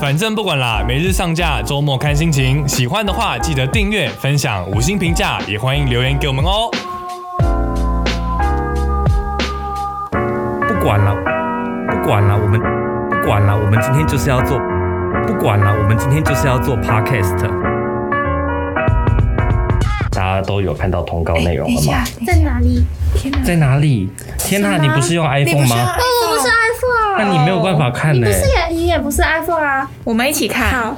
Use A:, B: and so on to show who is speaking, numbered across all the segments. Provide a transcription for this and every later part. A: 反正不管啦，每日上架，周末看心情。喜欢的话记得订阅、分享、五星评价，也欢迎留言给我们哦。
B: 不管了，不管了，我们不管了，我们今天就是要做，不管了，我们今天就是要做 podcast。大家都有看到通告
C: 哎
B: 内
D: 哎
B: 容了吗？
D: 在哪里？
B: 在哪里？天哪，
D: 是吗
B: 你不是用
C: 你不
B: iPhone
C: 是
B: 吗？
D: 我哎不是 iPhone，啊
B: 那你没有办法看欸呢、
D: 不是也你也不是 iPhone 啊？
C: 我们一起看。
D: 好，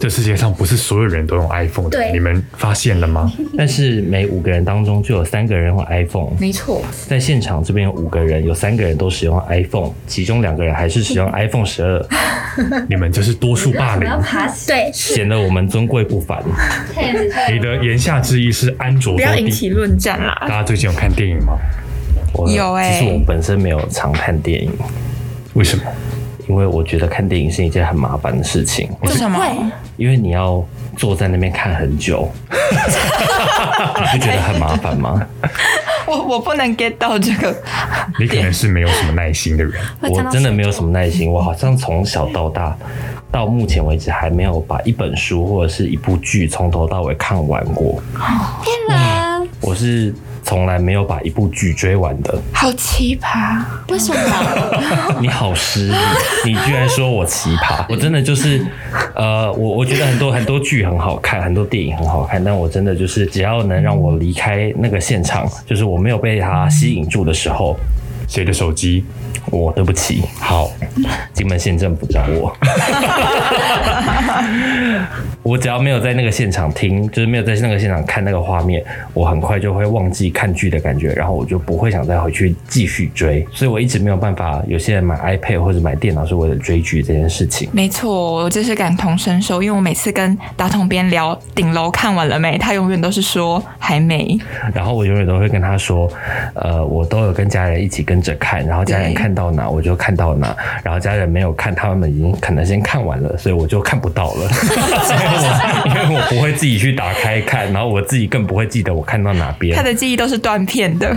A: 这世界上不是所有人都用 iPhone 的，
D: 对
A: 你们发现 了吗？
B: 但是每五个人当中就有三个人用 iPhone。
C: 没错，
B: 在现场这边有五个人，有三个人都使用 iPhone，其中两个人还是 使用 iPhone 十二，
A: 你们就是多数霸凌。
D: 对，
B: 显得我们尊贵不凡。
A: 你的言下之意是安卓
C: 不
A: 落
C: 要引
A: 地。
C: 起论战
A: 大
C: 啦。
A: 家最近有看电影吗？
B: 我
C: 有欸
B: 其实我本身没有常看电影，
A: 为什么？
B: 因为我觉得看电影是一件很麻烦的事情，
C: 为什么？
D: 哎
B: 因为你要坐在那边看 很久，你不觉得很麻烦吗？
C: 我我不能 get 到这个。
A: 你可能是没有什么耐心的人。
B: 我真的没有什么耐心，我好像从小到大到目前为止还没有把一本书或者是一部剧从头到尾看完过。
D: 天哪，
B: 我是从来没有把一部剧追完的。
C: 好奇葩！
D: 为什么？
B: 你好失礼，你居然说我奇葩！我真的就是，呃，我我觉得很多很多剧很好看，很多电影很好看，但我真的就是，只要能让我离开那个现场，就是我没有被它吸引住的时候，
A: 谁的手机？
B: 我对不起。好，金门县政府找我。我只要没有在那个现场听，就是没有在那个现场看那个画面，我很快就会忘记看剧的感觉，然后我就不会想再回去继续追，所以我一直没有办法。有些人买 iPad 或者买电脑是为了追剧这件事情。
C: 没错，我就是感同身受，因为我每次跟打桶边聊《顶楼》看完了没，他永远都是说还没。
B: 然后我永远都会跟他说，呃，我都有跟家人一起跟着看，然后家人
C: 对
B: 看到哪我就看到哪，然后家人没有看，他们已经可能先看完了，所以我就看不到了， 所以我 因为我不会自己去打开看，然后我自己更不会记得我看到哪边
C: 他。的记忆都是断片的，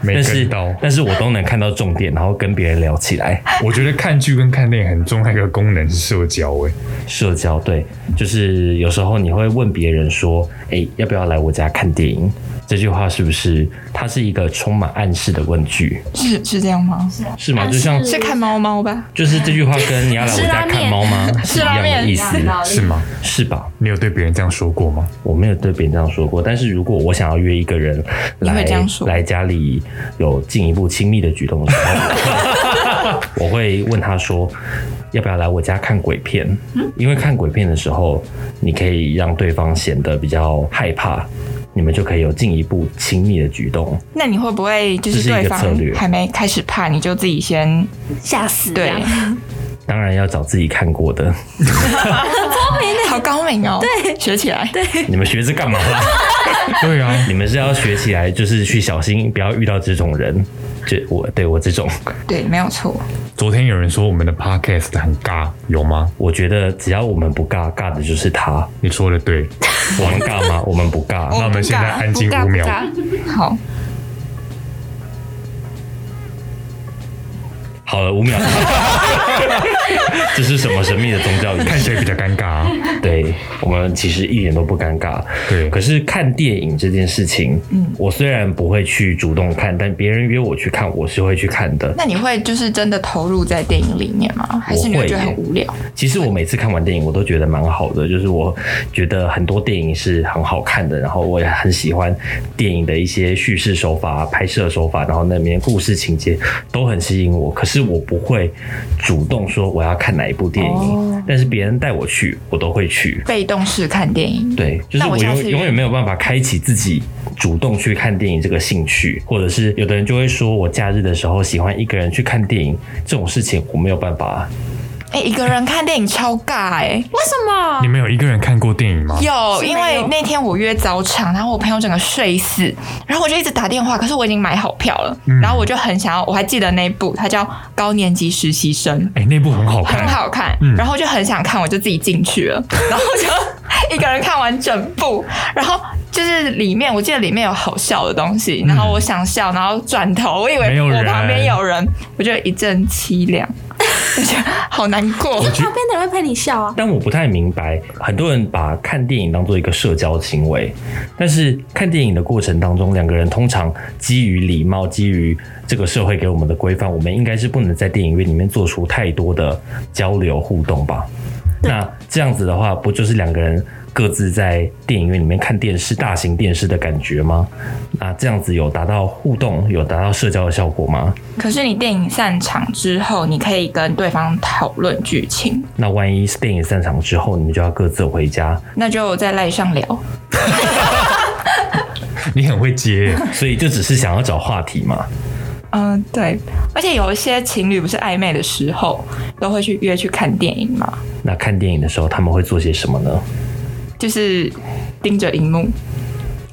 A: 没跟
B: 但是
A: 到。
B: 但是我都能看到重点，然后跟别人聊起来。
A: 我觉得看剧跟看电影很重要一个功能是社交、欸，
B: 社交对，就是有时候你会问别人说：“诶，要不要来我家看电影？”这句话是不是它是一个充满暗示的问句？
C: 是 是这样吗？
B: 是吗？
D: 暗
B: 就
D: 示
B: 像
C: 是看猫猫吧？
B: 就是这句话跟你要来我家看猫吗是
C: 吃
B: 一
C: 拉
B: 样
C: 面
B: 的意思，
A: 是吗？
B: 是吧？
A: 你有对别人这样说过吗？
B: 我没有对别人这样说过，但是如果我想要约一个人
C: 你
B: 来
C: 会这样说
B: 来家里有进一步亲密的举动的时 候，我会问他说。要不要来我家看鬼片？因为看鬼片的时候，你可以让对方显得比较害怕，你们就可以有进一步亲密的举动。
C: 那你会不会就
B: 这
C: 是
B: 是一个
C: 对方
B: 策略
C: 还没开始怕，你就自己先
D: 吓死！
C: 对？
B: 当然要找自己看过的。
C: 好高明哦，对，学起来。对，
B: 你们学这干嘛啦？
A: 对啊，
B: 你们是要学起来，就是去小心，不要遇到这种人。就我对我这种，
C: 没有错。
A: 昨天有人说我们的 podcast 很尬，有吗？
B: 我觉得只要我们不尬，尬的就是他。
A: 你说的对，
B: 我们尬 吗？我们不
C: 哦
B: 尬。
A: 那我们现在安静五秒。
C: 好，
B: 好了，五秒。 这是什么神秘的宗教仪
A: 看
B: 式？
A: 谁比较尴尬、啊。
B: 对我们其实一点都不尴尬。
A: 对
B: 可是看电影这件事情，嗯，我虽然不会去主动看，但别人约我去看，我是会去看的。
C: 那你会就是真的投入在电影里面吗？还是你会觉得很无聊？
B: 其实我每次看完电影，我都觉得蛮好的，就是我觉得很多电影是很好看的，然后我也很喜欢电影的一些叙事手法、拍摄手法，然后那里面故事情节都很吸引我。可是我不会主动说我要看哪一部电影，
C: 哦
B: 但是别人带我去，我都会去。
C: 被动式看电影，
B: 对，就是
C: 那我
B: 我
C: 下
B: 永
C: 次
B: 永远没有办法开启自己主动去看电影这个兴趣，或者是有的人就会说我假日的时候喜欢一个人去看电影这种事情，我没有办法
C: 哎、一个人看电影超尬哎、
D: 为什么？
A: 你们有一个人看过电影吗？
C: 有，
D: 是没
C: 因
D: 有
C: 为那天我约早场，然后我朋友整个睡死，然后我就一直打电话，可是我已经买好票了，
A: 嗯
C: 然后我就很想要，我还记得那一部，它叫《高年级实习生》，
A: 哎、那部很好看，
C: 很好看，
A: 嗯
C: 然后我就很想看，我就自己进去 了，然后就一个人看完整部，然后就是里面我记得里面有好笑的东西，然后我想笑，然后转头，我以
A: 没
C: 为
A: 有
C: 我
A: 人
C: 旁边有人，我就一阵凄凉。 我觉得好难过。
B: 觉
D: 旁边的人会陪你笑啊。
B: 但我不太明白，很多人把看电影当做一个社交行为，但是看电影的过程当中，两个人通常基于礼貌，基于这个社会给我们的规范，我们应该是不能在电影院里面做出太多的交流互动吧？那这样子的话，不就是两个人各自在电影院里面看电视、大型电视的感觉吗？那这样子有达到互动、有达到社交的效果吗？
C: 可是你电影散场之后，你可以跟对方讨论剧情，
B: 那万一电影散场之后，你们就要各自回家，
C: 那就在赖上聊。
A: 你很会接，
B: 所以就只是想要找话题嘛？
C: 嗯，对，而且有一些情侣不是暧昧的时候都会去约去看电影嘛，
B: 那看电影的时候他们会做些什么呢？
C: 就是盯着荧幕。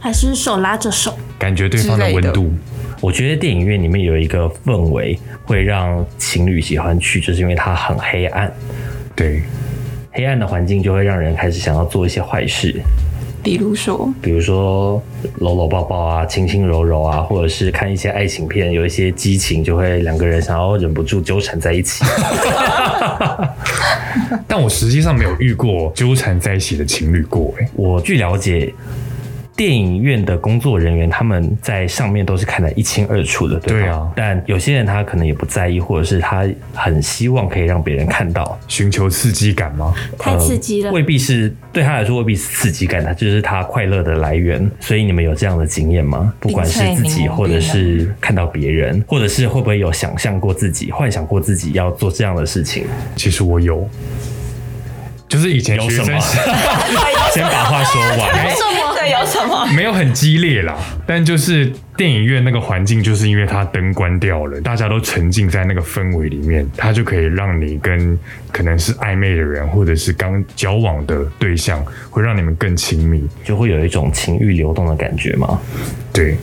D: 还是手拉着手，
A: 感觉对方的温度。
B: 我觉得电影院里面有一个氛围会让情侣喜欢去，就是因为它很黑暗，
A: 对，
B: 黑暗的环境就会让人开始想要做一些坏事，
C: 比如说，
B: 比如说搂搂抱抱啊、亲亲柔柔啊，或者是看一些爱情片，有一些激情就会两个人想要忍不住纠缠在一起。
A: 但我实际上没有遇过纠缠在一起的情侣过、欸，
B: 我据了解。电影院的工作人员，他们在上面都是看得一清二楚的，对吧？
A: 对啊
B: 但有些人他可能也不在意，或者是他很希望可以让别人看到，
A: 寻求刺激感吗？
D: 太刺激了。
B: 未必是对他来说未必是刺激感，他就是他快乐的来源。所以你们有这样的经验吗？不管是自己，或者是看到别人，或者是会不会有想象过自己、幻想过自己要做这样的事情？
A: 其实我有，就是以前
B: 有
A: 学
B: 什
A: 生
B: 么
A: 时
B: 先把话说
D: 哦
B: 完。
C: 什么？对，有什么？
A: 没有很激烈啦，但就是电影院那个环境，就是因为它灯关掉了，大家都沉浸在那个氛围里面，它就可以让你跟可能是暧昧的人，或者是刚交往的对象，会让你们更亲密。
B: 就会有一种情欲流动的感觉吗？
A: 对，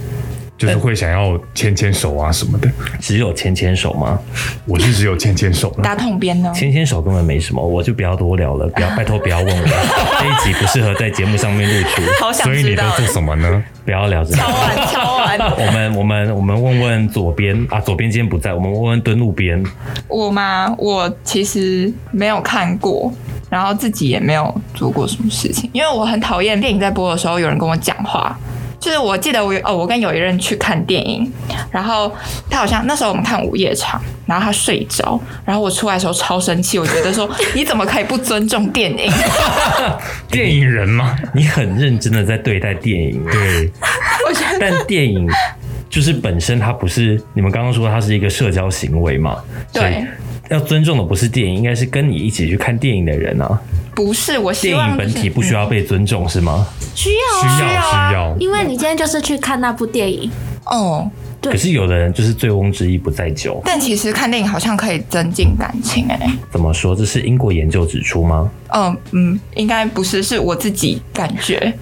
A: 就是会想要牵牵手啊什么的。
B: 只有牵牵手吗？
A: 我是只有牵牵手了，
C: 打桶边呢？
B: 牵牵手根本没什么，我就不要多聊了，不 要拜托不要问我，这一集不适合在节目上面露出，
C: 好想
A: 所以
C: 知
A: 你都
C: 道。
A: 做什么呢？
B: 不要聊这个
C: 敲。完，敲完，
B: 我们我们我们问问左边啊，左边今天不在，我们问问蹲路边，
C: 我吗？我其实没有看过，然后自己也没有做过什么事情，因为我很讨厌电影在播的时候有人跟我讲话。就是我记得我有哦，我跟有一人去看电影，然后他好像那时候我们看午夜场，然后他睡着，然后我出来的时候超生气，我觉得 说你怎么可以不尊重电影？
A: 电影人吗？
B: 你很认真的在对待电影，
A: 对，
C: 我觉得
B: 但电影就是本身它不是你们刚刚说它是一个社交行为嘛？
C: 对
B: 所以要尊重的不是电影，应该是跟你一起去看电影的人啊。
C: 不是，嗯我希
B: 电
C: 望
B: 影本体不需
C: 要。
B: 要被尊重是吗？
D: 需要
A: 需
D: 啊，
A: 要需要。
D: 因为你今天就是去看那部电影，
C: 哦，
D: 对
B: 可是有的人就是醉翁之意不在酒，
C: 但其实看电影好像可以增进感情哎、
B: 怎么说？这是英国研究指出吗？
C: 嗯嗯，应该不是，是我自己感觉。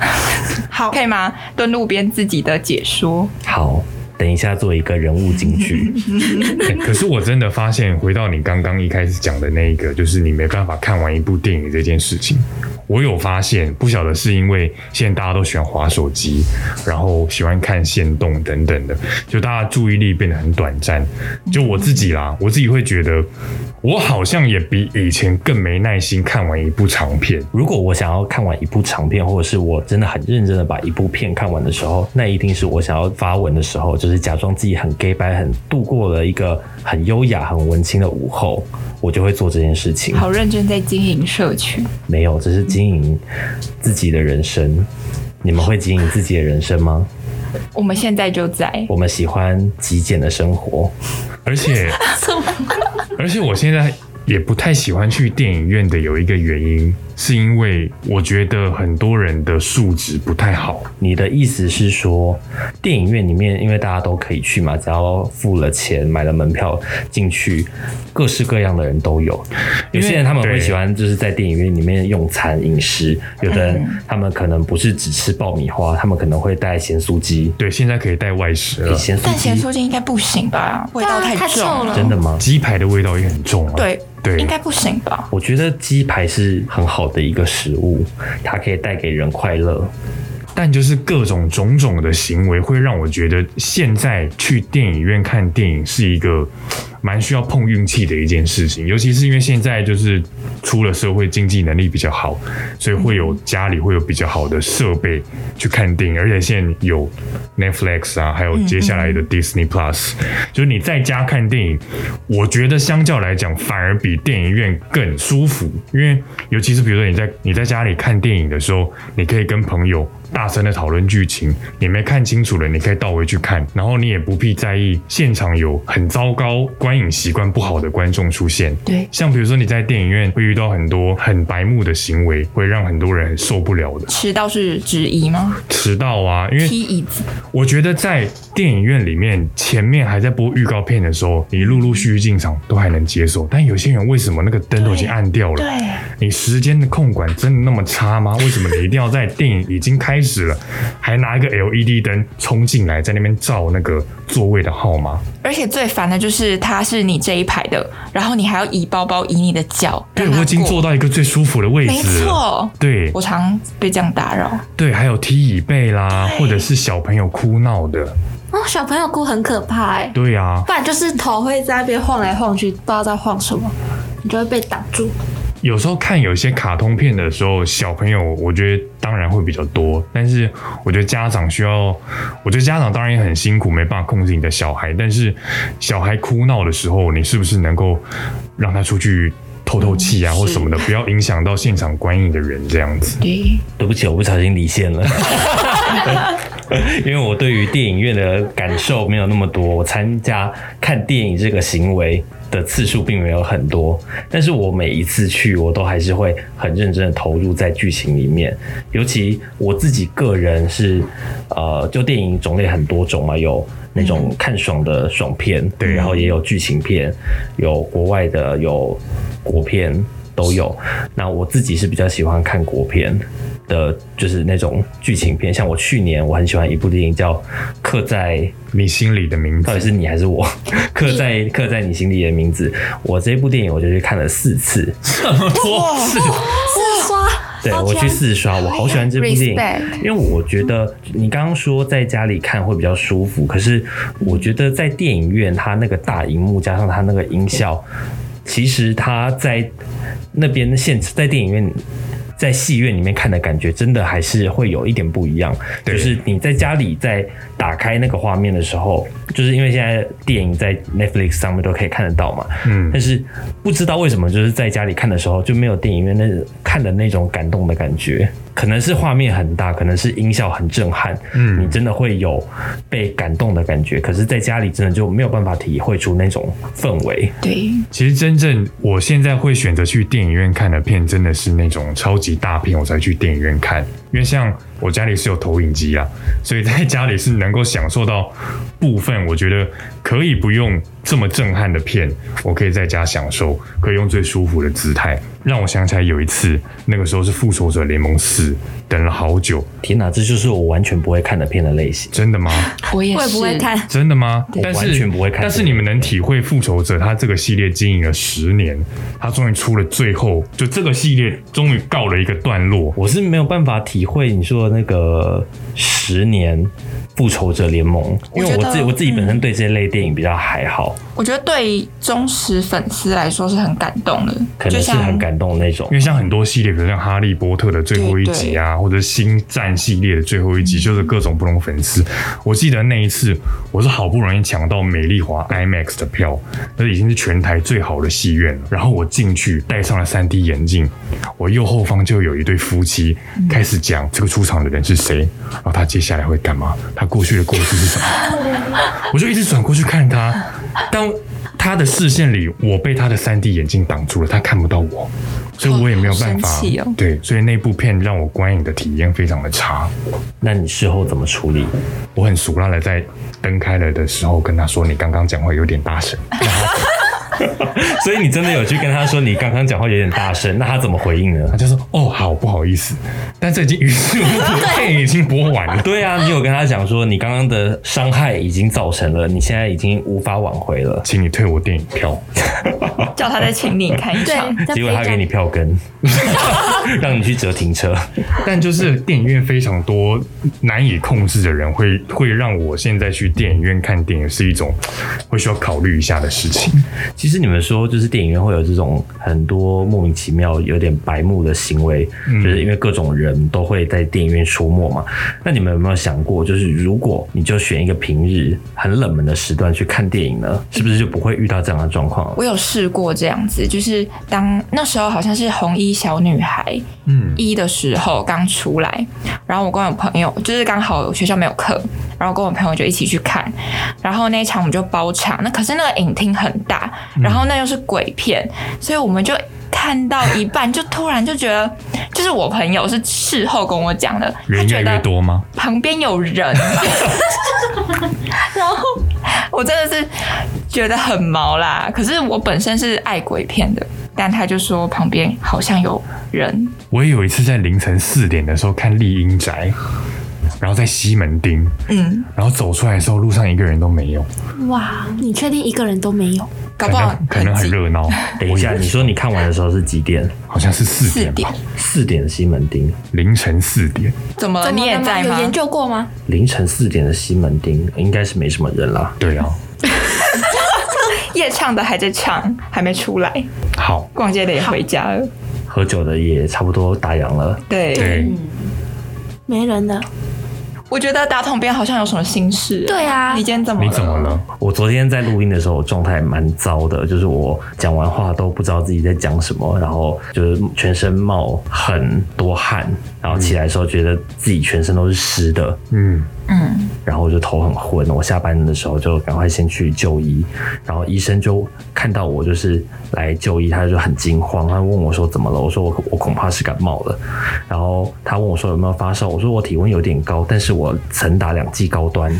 C: 好，可以吗？蹲路边自己的解说，
B: 好，等一下做一个人物警句。
A: 欸 可是我真的发现，回到你刚刚一开始讲的那一个，就是你没办法看完一部电影这件事情，我有发现，不晓得是因为现在大家都喜欢划手机，然后喜欢看线动等等的，就大家注意力变得很短暂。就我自己啦，我自己会觉得，我好像也比以前更没耐心看完一部长片。
B: 如果我想要看完一部长片，或者是我真的很认真的把一部片看完的时候，那一定是我想要发文的时候，就是假装自己很 gay 白，很度过了一个很优雅、很文青的午后，我就会做这件事情。
C: 好认真在经营社群。
B: 没有，这是经营自己的人生。你们会经营自己的人生吗？
C: 我们现在就在，
B: 我们喜欢极简的生活，
A: 而且，而且我现在也不太喜欢去电影院的有一个原因，是因为我觉得很多人的素质不太好。
B: 你的意思是说，电影院里面因为大家都可以去嘛，只要付了钱买了门票进去，各式各样的人都有。有
A: 因为
B: 些人他们会
A: 对
B: 喜欢就是在电影院里面用餐饮食，有的人他们可能不是只吃爆米花，他们可能会带咸酥鸡。
A: 对，现在可以带外食
B: 诶
A: 了，
B: 咸
C: 但咸
B: 酥鸡
C: 酥鸡应该不行吧？味道
D: 太
C: 重
D: 臭了
B: 真的吗？
A: 鸡排的味道也很重啊。
C: 对
A: 对
C: 应该不行吧？
B: 我觉得鸡排是很好的一个食物，它可以带给人快乐。
A: 但就是各种种种的行为，会让我觉得现在去电影院看电影是一个蛮需要碰运气的一件事情，尤其是因为现在就是出了社会，经济能力比较好，所以会有家里会有比较好的设备去看电影，而且现在有 Netflix 啊，还有接下来的 Disney Plus，、就是你在家看电影，我觉得相较来讲反而比电影院更舒服，因为尤其是比如说你在你在家里看电影的时候，你可以跟朋友大声的讨论剧情，你没看清楚了，你可以倒回去看，然后你也不必在意现场有很糟糕观影习惯不好的观众出现。
C: 对
A: 像比如说你在电影院会遇到很多很白目的行为，会让很多人很受不了的，
C: 迟到是之一吗？
A: 迟到啊，因为
C: 踢椅子，
A: 我觉得在电影院里面，前面还在播预告片的时候，你陆陆续续进场都还能接受，但有些人为什么那个灯都已经暗掉
C: 对
A: 了？，你时间的控管真的那么差吗？为什么你一定要在电影已经开始了，还拿一个 LED 灯冲进来，在那边照那个座位的号码？
C: 而且最烦的就是它是你这一排的，然后你还要移包包移你的脚，
A: 对，
C: 让它
A: 我已经
C: 过
A: 坐到一个最舒服的位
C: 没
A: 置了。
C: 错，
A: 对
C: 我常被这样打扰。
A: 对，还有踢椅背啦，
C: 对
A: 或者是小朋友哭闹的，
D: 哦，小朋友哭很可怕哎、
A: 对啊，
D: 不然就是头会在那边晃来晃去，不知道在晃什么，你就会被挡住。
A: 有时候看有些卡通片的时候，小朋友我觉得当然会比较多，但是我觉得家长需要，我觉得家长当然也很辛苦，没办法控制你的小孩，但是小孩哭闹的时候，你是不是能够让他出去透透气啊，
C: 嗯
A: 或什么的，不要影响到现场观影的人这样子。
C: 对，
B: 对不起，我不小心离线了。因为我对于电影院的感受没有那么多，我参加看电影这个行为的次数并没有很多，但是我每一次去，我都还是会很认真的投入在剧情里面。尤其我自己个人是，呃，就电影种类很多种嘛，有那种看爽的爽片，
A: 对
B: 然后也有剧情片，有国外的，有国片都有。那我自己是比较喜欢看国片的，就是那种剧情片。像我去年我很喜欢一部电影叫《刻在
A: 你心里的名
B: 到底
A: 字，
B: 是你还是我？ 刻在刻在你心里的名字。我这部电影我就去看了四次，这么多次。
D: 是啊刷，
B: 对
D: 超
B: 我去
D: 强
B: 四刷，我好喜欢这部电影
C: Respect，
B: 因为我觉得你刚刚说在家里看会比较舒服，可是我觉得在电影院它那个大荧幕加上它那个音效，其实它在那边现在电影院。在戏院里面看的感觉，真的还是会有一点不一样。
A: 对
B: 就是你在家里在打开那个画面的时候，就是因为现在电影在 Netflix 上面都可以看得到嘛，
A: 嗯
B: 但，是不知道为什么，就是在家里看的时候就没有电影院那看的那种感动的感觉，可能是画面很大，可能是音效很震撼，
A: 嗯
B: 你真的会有被感动的感觉。可是，在家里真的就没有办法体会出那种氛围。
C: 对，
A: 其实真正我现在会选择去电影院看的片，真的是那种超级大片，我才去电影院看。因为像我家里是有投影机啊，所以在家里是能够享受到部分我觉得可以不用这么震撼的片，我可以在家享受，可以用最舒服的姿态。让我想起来有一次，那个时候是《复仇者联盟四》，等了好久，
B: 天哪，这就是我完全不会看的片的类型。
A: 真的吗？
C: 我也是。
D: 会不会？看？
A: 真的吗？
B: 我
A: 但是
B: 完全不会看
A: 但是你们能体会《复仇者》他这个系列经营了十年，他终于出了最后，就这个系列终于告了一个段落。
B: 我是没有办法体会你说的那个十年复仇者联盟，因为
C: 我觉
B: 我
C: 得
B: 自己我自己本身对这类电影比较还好，
C: 我觉得对忠实粉丝来说是很感动的，
B: 可能
C: 就是像
B: 很感动的那种
A: 因。为像很多系列，比如像《哈利波特》的最后一集啊，或者《星战》系列的最后一集，就是各种不同粉丝。我记得那一次，我是好不容易抢到美丽华 IMAX 的票，那已经是全台最好的戏院了。然后我进去，戴上了 3D 眼镜，我右后方就有一对夫妻开始讲这个出场的人是谁，然后他接下来会干嘛，他过去的故事是什么。我就一直转过去看他，当他的视线里，我被他的3 D 眼镜挡住了，他看不到我，所以我也没有办
C: 哦
A: 法。
C: 好生气哦
A: 对，所以那部片让我观影的体验非常的差。
B: 那你事后怎么处理？
A: 我很熟辣的在灯开了的时候跟他说：“你刚刚讲话有点大声。”
B: 所以你真的有去跟他说你刚刚讲话有点大声，那他怎么回应呢
A: 他？就说：“哦，好，不好意思，但这已经于事无补，电影已经播完了。
B: 对啊，你有跟他讲说你刚刚的伤害已经造成了，你现在已经无法挽回了，
A: 请你退我电影票。
C: 叫他再请你看一
D: 对
C: 场。，
D: 再
B: 结果他
D: 陪着
B: 给你票根， 让你去折停车。
A: 但就是电影院非常多难以控制的人会，会让我现在去电影院看电影是一种会需要考虑一下的事情。
B: 其实你们说，就是电影院会有这种很多莫名其妙、有点白目的行为，就是因为各种人都会在电影院出没嘛。那你们有没有想过，就是如果你就选一个平日很冷门的时段去看电影呢，是不是就不会遇到这样的状况了？
C: 我有试过这样子，就是当那时候好像是红衣小女孩
A: 嗯，
C: 一的时候刚出来，然后我跟我朋友就是刚好学校没有课，然后跟我朋友就一起去看，然后那一场我们就包场，那可是那个影厅很大，
A: 嗯
C: 然后那又是鬼片，所以我们就。看到一半就突然就觉得，就是我朋友是事后跟我讲的，他
A: 人越
C: 觉
A: 来
C: 得
A: 越多吗？
C: 旁边有 人，然后我真的是觉得很毛啦。可是我本身是爱鬼片的，但他就说旁边好像有人，
A: 我也有一次在凌晨四点的时候看《丽英宅》，然后在西门町，
C: 嗯，
A: 然后走出来的时候，路上一个人都没有，
D: 哇，你确定一个人都没有？
C: 搞
A: 可
C: 不好
A: 能可能很
C: 挤
A: 热闹。
B: 等一 下，你说你看完的时候是几点？
A: 好像是四
C: 四
A: 点
C: 点
A: 吧，
B: 四点的西门町，
A: 凌晨四点。
C: 怎么了？
D: 怎么
C: 你
D: 了
C: 也
D: 吗
C: 在
D: 有
C: 吗
D: 研？究过吗？
B: 凌晨四点的西门町应该是没什么人啦。
A: 对啊，
C: 夜唱的还在唱，还没出来，
A: 好，
C: 逛街的也回家了。
B: 喝酒的也差不多打烊了。
C: 对，
A: 对，
D: 没人的，
C: 我觉得打桶边好像有什么心事。
D: 对啊
C: 你今天怎么
A: 你
C: 了？
A: 怎么了？
B: 我昨天在录音的时候，我状态蛮糟的，就是我讲完话都不知道自己在讲什么，然后就是全身冒很多汗，然后起来的时候觉得自己全身都是湿的，
A: 嗯，
C: 嗯，
B: 然后我就头很昏。我下班的时候就赶快先去就医，然后医生就看到我就是来就医，他就很惊慌，他问我说怎么了？我说我我恐怕是感冒了。然后他问我说有没有发烧？我说我体温有点高，但是我曾打两剂高端。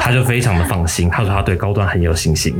B: 他就非常的放心，他说他对高端很有信心。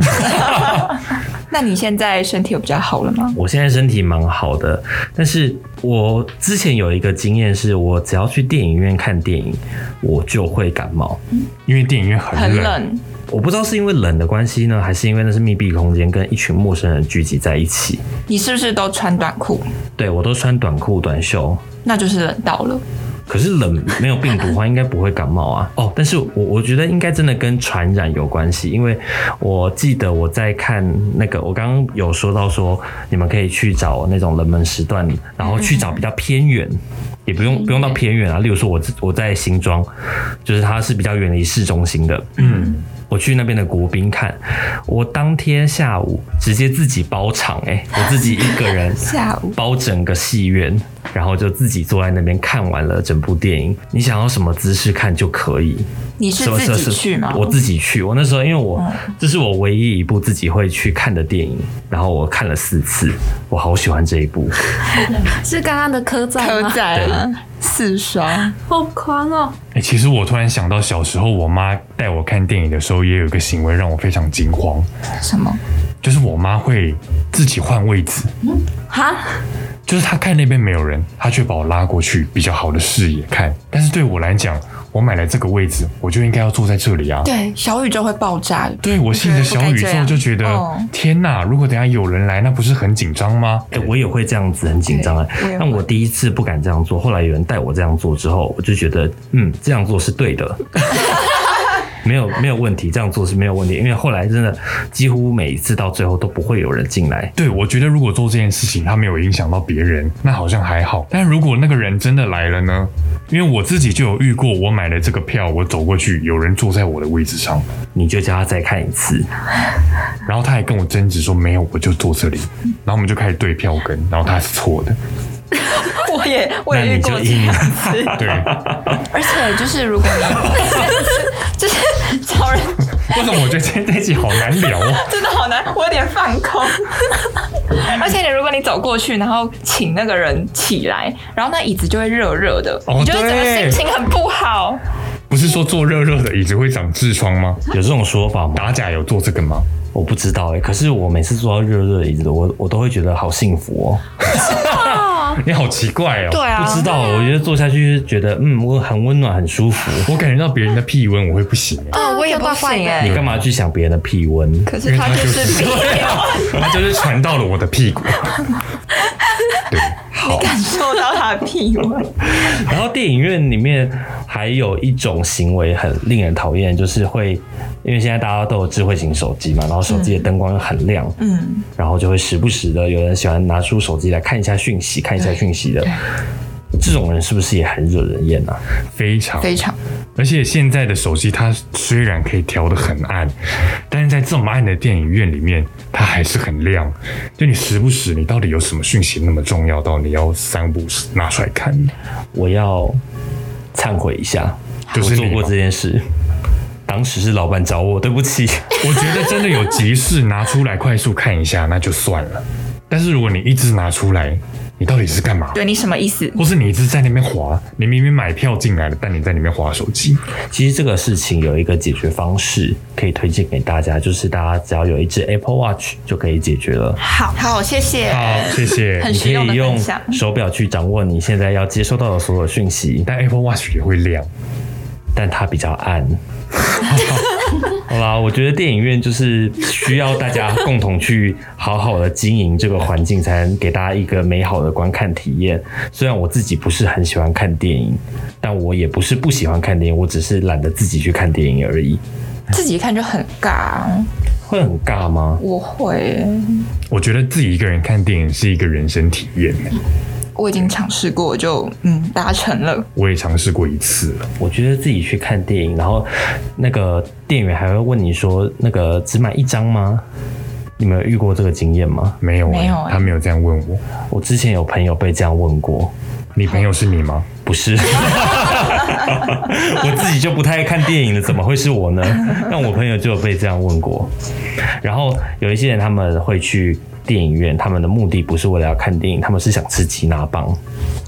C: 那你现在身体有比较好了吗？
B: 我现在身体蛮好的，但是我之前有一个经验是，我只要去电影院看电影，我就会感冒。
A: 因为电影院很
C: 很
A: 冷，
C: 冷，
B: 我不知道是因为冷的关系呢，还是因为那是密闭空间，跟一群陌生人聚集在一起。
C: 你是不是都穿短裤？
B: 对我都穿短裤短袖，
C: 那就是冷到了。
B: 可是冷没有病毒的话，应该不会感冒啊。哦，但是我我觉得应该真的跟传染有关系，因为我记得我在看那个，我刚刚有说到说，你们可以去找那种冷门时段，然后去找比较偏远。也不用不用到偏远啊，例如说我我在新庄，就是它是比较远离市中心的，嗯，我去那边的国宾看，我当天下午直接自己包场、欸，我自己一个人
C: 下午
B: 包整个戏院，然后就自己坐在那边看完了整部电影。你想要什么姿势看就可以。
C: 你是
B: 什么
C: 自己去吗？嗯
B: 我自己去。我那时候因为我、这是我唯一一部自己会去看的电影，然后我看了四次，我好喜欢这 一部。
D: 是刚刚的科仔
C: 车
D: 吗？
C: 载啊，四双，
D: 好狂哦！
A: 哎、其实我突然想到，小时候我妈带我看电影的时候，也有一个行为让我非常惊慌，
C: 什么？
A: 就是我妈会自己换位置，
D: 哈，
A: 就是她看那边没有人，她却把我拉过去比较好的视野看。但是对我来讲，我买了这个位置，我就应该要坐在这里啊。
C: 对，小宇宙会爆炸。
A: 对我信着小宇宙就觉
C: 不该这
A: 得
C: 样哦，
A: 天哪！如果等一下有人来，那不是很紧张吗？
B: 哎、我也会这样子，很紧张哎
C: 对我也。会
B: 但我第一次不敢这样做，后来有人带我这样做之后，我就觉得，嗯，这样做是对的， 没有没有问题，这样做是没有问题。因为后来真的几乎每一次到最后都不会有人进来，
A: 对，我觉得如果做这件事情，他没有影响到别人，那好像还好。但如果那个人真的来了呢？因为我自己就有遇过，我买了这个票，我走过去，有人坐在我的位置上，
C: 嗯
B: 你就叫他再看一次。
A: 然后他还跟我争执说没有，我就坐这里，然后我们就开始对票根，然后他是错的，
C: 我也我
B: 那
C: 也
B: 你
C: 遇过
B: 就
C: 这
B: 赢
C: 样
B: 了
C: 子，
A: 对。
C: 而且就是如果你 就是找人
A: 为什么我觉得今天这一集好难聊啊？
C: 真的好难，我有点放 空。而且你如果你走过去，然后请那个人起来，然后那椅子就会热热的，
A: 哦
C: 你就会整个
A: 对
C: 心情很不好。
A: 不是说坐热热的椅子会长痔疮吗？
B: 有这种说法吗？
A: 打假有做这个吗？
B: 我不知道哎、可是我每次坐到热热椅子，我我都会觉得好幸福哦。
A: 你好奇怪哦。
C: 对啊，
B: 不知道，我觉得坐下去就觉得嗯，我很温暖，很舒服。
A: 我感觉到别人的屁温，我会不行哎、
C: 哦，我也不行哎、
B: 你干嘛去想别人的屁温？
C: 可是他就是比
A: 他就是传到了我的屁股。
C: 你感受到他的屁味，
B: 然后电影院里面还有一种行为很令人讨厌，就是会因为现在大家都有智慧型手机嘛，然后手机的灯光又很亮，
C: 嗯，
B: 然后就会时不时的有人喜欢拿出手机来看一下讯息，看一下讯息的。这种人是不是也很惹人厌啊？
A: 非常
C: 非常
A: 而且现在的手机，它虽然可以调的很暗，但是在这么暗的电影院里面，它还是很亮。就你时不时，你到底有什么讯息那么重要到你要三不五时拿出来看？
B: 我要忏悔一下，
A: 就是你
B: 我做过
A: 吗
B: 这件事。当时是老板找我，对不起。
A: 我觉得真的有急事拿出来快速看一下，那就算了。但是如果你一直拿出来，你到底是干嘛？
C: 对你什么意思？
A: 或是你一直在那边滑，你明明买票进来了，但你在里面滑手机。
B: 其实这个事情有一个解决方式可以推荐给大家，就是大家只要有一只 Apple Watch 就可以解决了。
C: 好好，谢谢。
A: 好，谢谢。
C: 很
B: 你可
C: 实用的
B: 以用
C: 分享
B: 手表去掌握你现在要接收到的所有讯息，
A: 但 Apple Watch 也会亮，
B: 但它比较暗。 好啦，我觉得电影院就是需要大家共同去好好的经营这个环境，才能给大家一个美好的观看体验。虽然我自己不是很喜欢看电影，但我也不是不喜欢看电影，我只是懒得自己去看电影而已。
C: 自己看就很尬，
B: 会很尬吗？
C: 我会，
A: 我觉得自己一个人看电影是一个人生体验。
C: 我已经尝试过，我就嗯达成了。
A: 我也尝试过一次了。
B: 我觉得自己去看电影，然后那个店员还会问你说：“那个只买一张吗？”你们有遇过这个经验吗？
A: 没有、欸，
C: 没有欸
A: 他没有这样问我。
B: 我之前有朋友被这样问过，
A: 你朋友是你吗？
B: 不是， 我自己就不太爱看电影了，怎么会是我呢？但我朋友就有被这样问过。然后有一些人他们会去电影院，他们的目的不是为了要看电影，他们是想吃吉拿棒。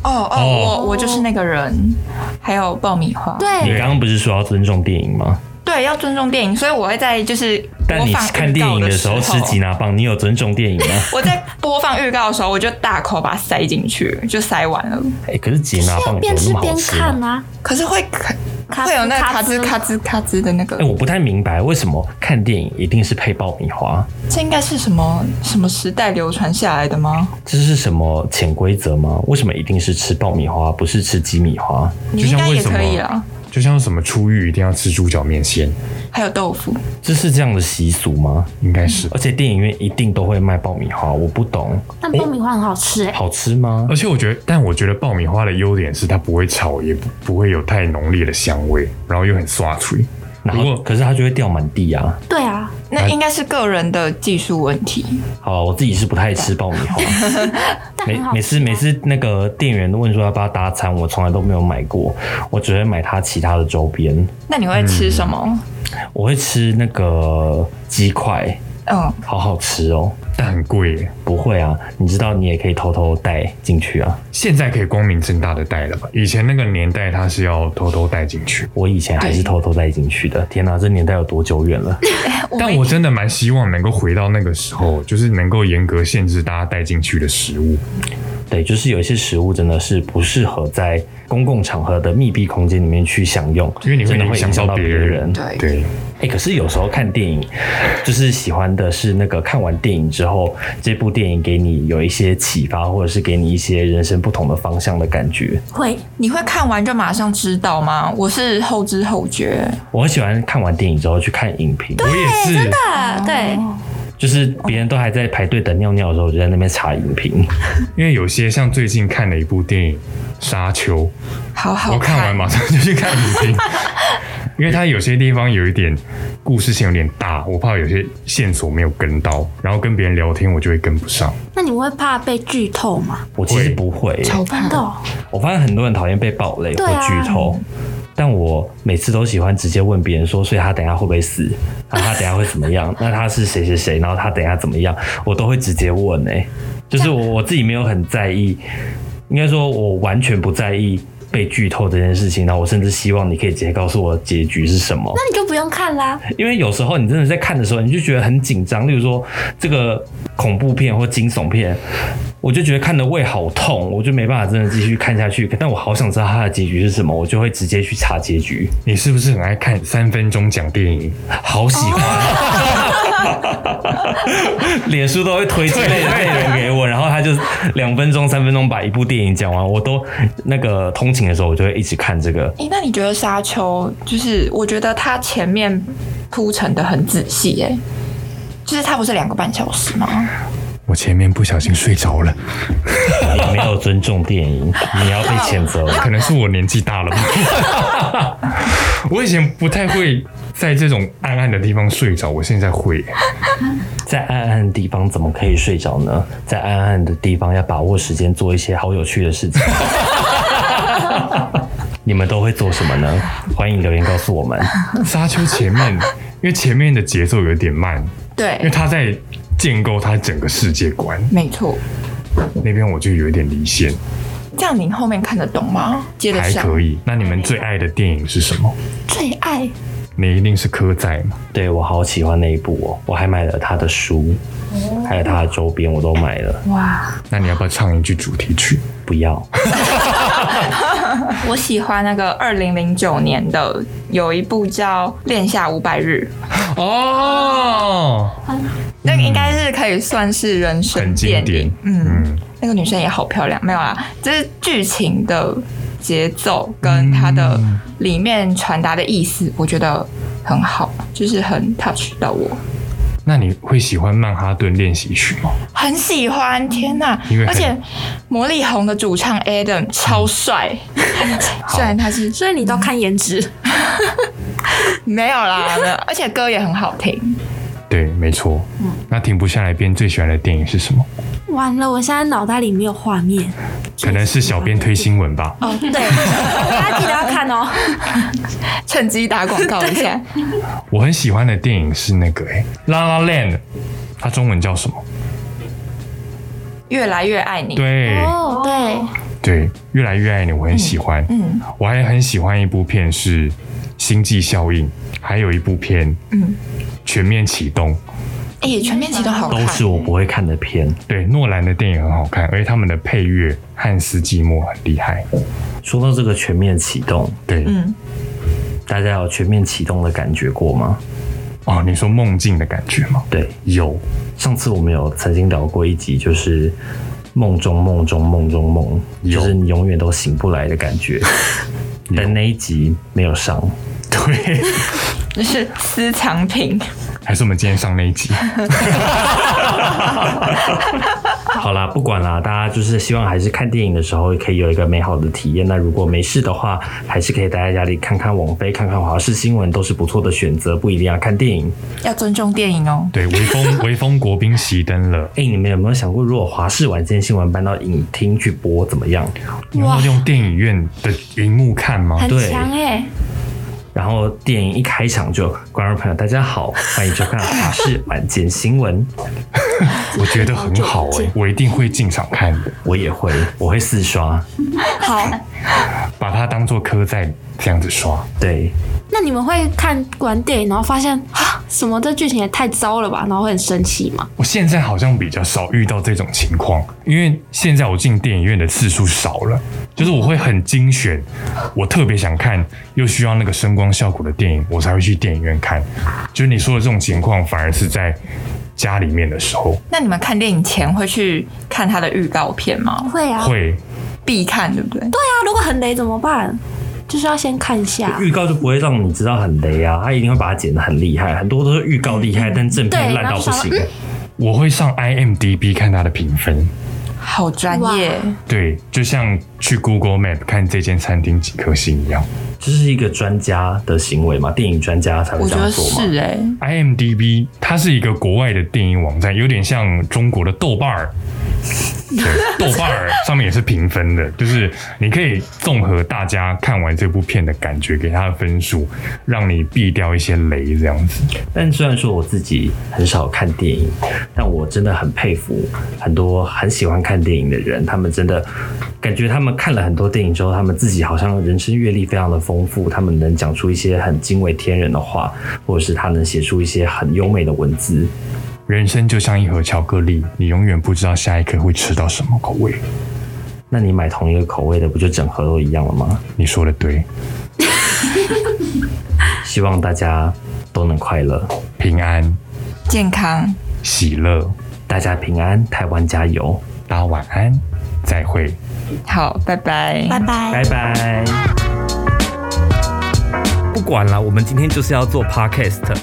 C: 哦哦，我我就是那个人，还有爆米花，
B: 你
D: 对，
B: 刚刚不是说要尊重电影吗？
C: 对，要尊重电影，所以我会在就是
B: 但
C: 播
B: 你
C: 放
B: 看
C: 预
B: 电
C: 告
B: 影
C: 的
B: 的时候吃吉拿棒，你有尊重电影吗？
C: 我在播放预告的时候，我就大口把它塞进去，就塞完了。
B: 哎、可是吉拿
D: 是要
B: 棒有
D: 边
B: 那
D: 吃
B: 么好
D: 边
B: 吃
D: 看
B: 吗？
D: 啊，
C: 可是会咔
D: 咔
C: 会有那个
D: 咔
C: 咔吱
D: 吱
C: 咔吱咔吱的那个
B: 哎、，我不太明白为什么看电影一定是配爆米花，
C: 这应该是什么什么时代流传下来的吗？
B: 这是什么潜规则吗？为什么一定是吃爆米花，不是吃鸡米花？
C: 你
A: 就
C: 应
A: 像
C: 该
A: 为
C: 也
A: 什么
C: 可以啦。
A: 就像什么出狱一定要吃猪脚面线，
C: 还有豆腐，
B: 这是这样的习俗吗？
A: 应该是。
B: 而且电影院一定都会卖爆米花，我不懂，
D: 但爆米花很好吃哎、
B: 好吃吗？
A: 而且我觉得，但我觉得爆米花的优点是它不会炒，也不不会有太浓烈的香味，然后又很刷脆。
B: 然
A: 如
B: 后，
A: 果
B: 可是它就会掉满地啊。
D: 对啊，
C: 那应该是个人的技术问题。
B: 好了，我自己是不太吃爆米 花，
D: 但
B: 每
D: 很好吃啊
B: 每次每次那个店员问说要不要搭餐，我从来都没有买过，我只会买它其他的周边。
C: 那你会吃什么？
B: 我会吃那个鸡块，
C: 嗯，
B: 好好吃哦。
A: 但很贵耶，
B: 不会啊，你知道你也可以偷偷带进去啊。
A: 现在可以光明正大的带了吧？以前那个年代它是要偷偷带进去，
B: 我以前还是偷偷带进去的。天哪、这年代有多久远了？
A: 但我真的蛮希望能够回到那个时候，就是能够严格限制大家带进去的食物。
B: 对，就是有一些食物真的是不适合在公共场合的密闭空间里面去享用，
A: 因为你会
B: 真的
A: 影
B: 会
A: 响
B: 影响
A: 到
B: 到别
A: 别人
B: 人。
C: 对
A: 对，
B: 哎、可是有时候看电影，就是喜欢的是那个看完电影之后，这部电影给你有一些启发，或者是给你一些人生不同的方向的感觉。
D: 会
C: 你会看完就马上知道吗？我是后知后觉，
B: 我很喜欢看完电影之后去看影评，
A: 我也是。
D: 啊，对，
B: 就是别人都还在排队等尿尿的时候，我就在那边查影评。
A: 因为有些像最近看了一部电影《沙丘》，
C: 好好
A: 我看完马上就去看影评，因为它有些地方有一点故事线有点大，我怕有些线索没有跟到，然后跟别人聊天我就会跟不上。
D: 那你会怕被剧透吗？
B: 我其实不会耶、
C: 超
D: 真的哦、
B: 我发现很多人讨厌被暴雷或
D: 对啊
B: 剧透，但我每次都喜欢直接问别人说，所以他等一下会不会死？然后他等一下会怎么样？那他是谁谁谁？然后他等一下怎么样？我都会直接欸问诶、就是我我自己没有很在意，应该说我完全不在意被剧透这件事情，然后我甚至希望你可以直接告诉我结局是什么。
D: 那你就不用看啦。
B: 因为有时候你真的在看的时候，你就觉得很紧张。例如说这个恐怖片或惊悚片，我就觉得看的胃好痛，我就没办法真的继续看下去。但我好想知道它的结局是什么，我就会直接去查结局。
A: 你是不是很爱看三分钟讲电影？
B: 好喜欢。脸书都会推这类的内容给我，然后他就两分钟、三分钟把一部电影讲完。我都那个通勤的时候，我就会一直看这个。
C: 诶，那你觉得《沙丘》就是？我觉得它前面铺陈的很仔细，哎，就是它不是两个半小 时吗？
A: 我前面不小心睡着了，
B: 你没有尊重电影，你要被谴责。
A: 可能是我年纪大了吧。我以前不太会在这种暗暗的地方睡着，我现在会。
B: 在暗暗的地方怎么可以睡着呢？在暗暗的地方要把握时间做一些好有趣的事情。 你们都会做什么呢？欢迎留言告诉我们。
A: 沙丘前面，因为前面的节奏有点慢，因为
C: 对，
A: 他在建构他整个世界观
C: 没错。
A: 那边，我就有一点离线，
C: 这样你后面看得懂吗？接得
A: 还
C: 上？
A: 可以。那你们最爱的电影是什么？
D: 最爱
A: 你一定是科仔嘛？
B: 对我好喜欢那一部哦，我还买了他的书，还有他的周边，我都买了。
C: 哇！
A: 那你要不要唱一句主题曲？
B: 不要，
C: 我喜欢那个二零零九年的有一部叫《恋夏五百日
A: 哦，》，
C: 那个应该是可以算是人生
A: 很经
C: 电
A: 典
C: 影。。嗯，
A: 嗯，
C: 那个女生也好漂亮，没有啦，就是剧情的节奏跟它的
A: 嗯
C: 里面传达的意思，我觉得很好，就是很 touch 到我。
A: 那你会喜欢曼哈顿练习曲吗？
C: 很喜欢，天呐
A: 因为！
C: 而
A: 很
C: 且魔力红的主唱 Adam 超帅，
A: 嗯
C: 虽然他是
D: 所以你都看颜值，
C: 没有啦， 没有而且歌也很好听。
A: 对，没错。那停不下来编最喜欢的电影是什么？
D: 完了，我现在脑袋里没有画面。
A: 可能是小编推新闻吧。
D: 哦，对， 大家记得要看哦。
C: 趁机打广告一 下，
A: 我很喜欢的电影是那个诶、La La Land》，它中文叫什么？
C: 越来越爱你。
A: 对、
D: 哦，对，
A: 对，越来越爱你，我很喜欢。
C: 嗯，
A: 我还很喜欢一部片是《星际效应》，还有一部片，
C: 嗯
A: 全面启动。
C: 哎、全面集都好
B: 都
C: 看，
B: 是我不会看的片。
A: 对，诺兰的电影很好看，而且他们的配乐汉斯季默很厉害。
B: 说到这个全面启动，
A: 对，
C: 嗯，
B: 大家有全面启动的感觉过吗？
A: 哦，你说梦境的感觉吗？
B: 对，
A: 有，
B: 上次我们有曾经聊过一集，就是梦中梦中梦中梦，
A: 有
B: 就是你永远都醒不来的感觉。但那一集没有上，
A: 对，
C: 就是私藏品。
A: 还是我们今天上那一集。
B: 好啦，不管啦，大家就是希望还是看电影的时候可以有一个美好的体验。那如果没事的话，还是可以待在家里看看网飞，看看华视新闻，都是不错的选择，不一定要看电影。
C: 要尊重电影哦。
A: 对，微风微风国宾熄灯了，
B: 哎、你们有没有想过，如果华视晚间新闻搬到影厅去播怎么样？
A: 你要用电影院的荧幕看吗？
D: 很
B: 对
D: 强哎，
B: 然后电影一开场就，观众朋友大家好，欢迎收看华视晚间新闻。
A: 我觉得很好哎、我一定会进场看的，
B: 我也会，我会四刷。
D: 好。
A: 把它当做科在这样子刷。
B: 对，
D: 那你们会看完电影，然后发现啊，什么这剧情也太糟了吧，然后会很生气吗？
A: 我现在好像比较少遇到这种情况，因为现在我进电影院的次数少了，就是我会很精选，我特别想看又需要那个声光效果的电影，我才会去电影院看。就是你说的这种情况，反而是在家里面的时候
C: 那你们看电影前会去看它的预告片吗？
D: 会啊，对
A: 会。
C: 必看，对不对？对，
D: 啊，如果很雷怎么办？就是要先看一下。
B: 预告就不会让你知道很雷啊，他一定会把它剪得很厉害，很多都是预告厉害，但正片
D: 对
B: 烂到不行。
D: 然
A: 我会上 IMDB 看它的评分，
C: 好专业。
A: 对，就像去 Google Map 看这间餐厅几颗星一样。
B: 这是一个专家的行为嘛？电影专家才会
C: 我
B: 这
C: 觉
B: 样
C: 得
B: 做嘛？
C: 是哎、
A: IMDB 它是一个国外的电影网站，有点像中国的豆瓣儿，对，豆瓣儿上面也是评分的，就是你可以综合大家看完这部片的感觉，给它的分数，让你避掉一些雷这样子。
B: 但虽然说我自己很少看电影，但我真的很佩服很多很喜欢看电影的人，他们真的感觉他们看了很多电影之后，他们自己好像人生阅历非常的丰富，他们能讲出一些很惊为天人的话，或者是他能写出一些很优美的文字。
A: 人生就像一盒巧克力，你永远不知道下一刻会吃到什么口味。
B: 那你买同一个口味的，不就整盒都一样了吗？
A: 你说的对，
B: 希望大家都能快乐，
A: 平安、
C: 健康，
A: 喜乐，
B: 大家平安，台湾加油，
A: 大家晚安，再会。
C: 好，拜拜，
D: 拜拜
B: 拜拜。
E: 不管了，我们今天就是要做 podcast。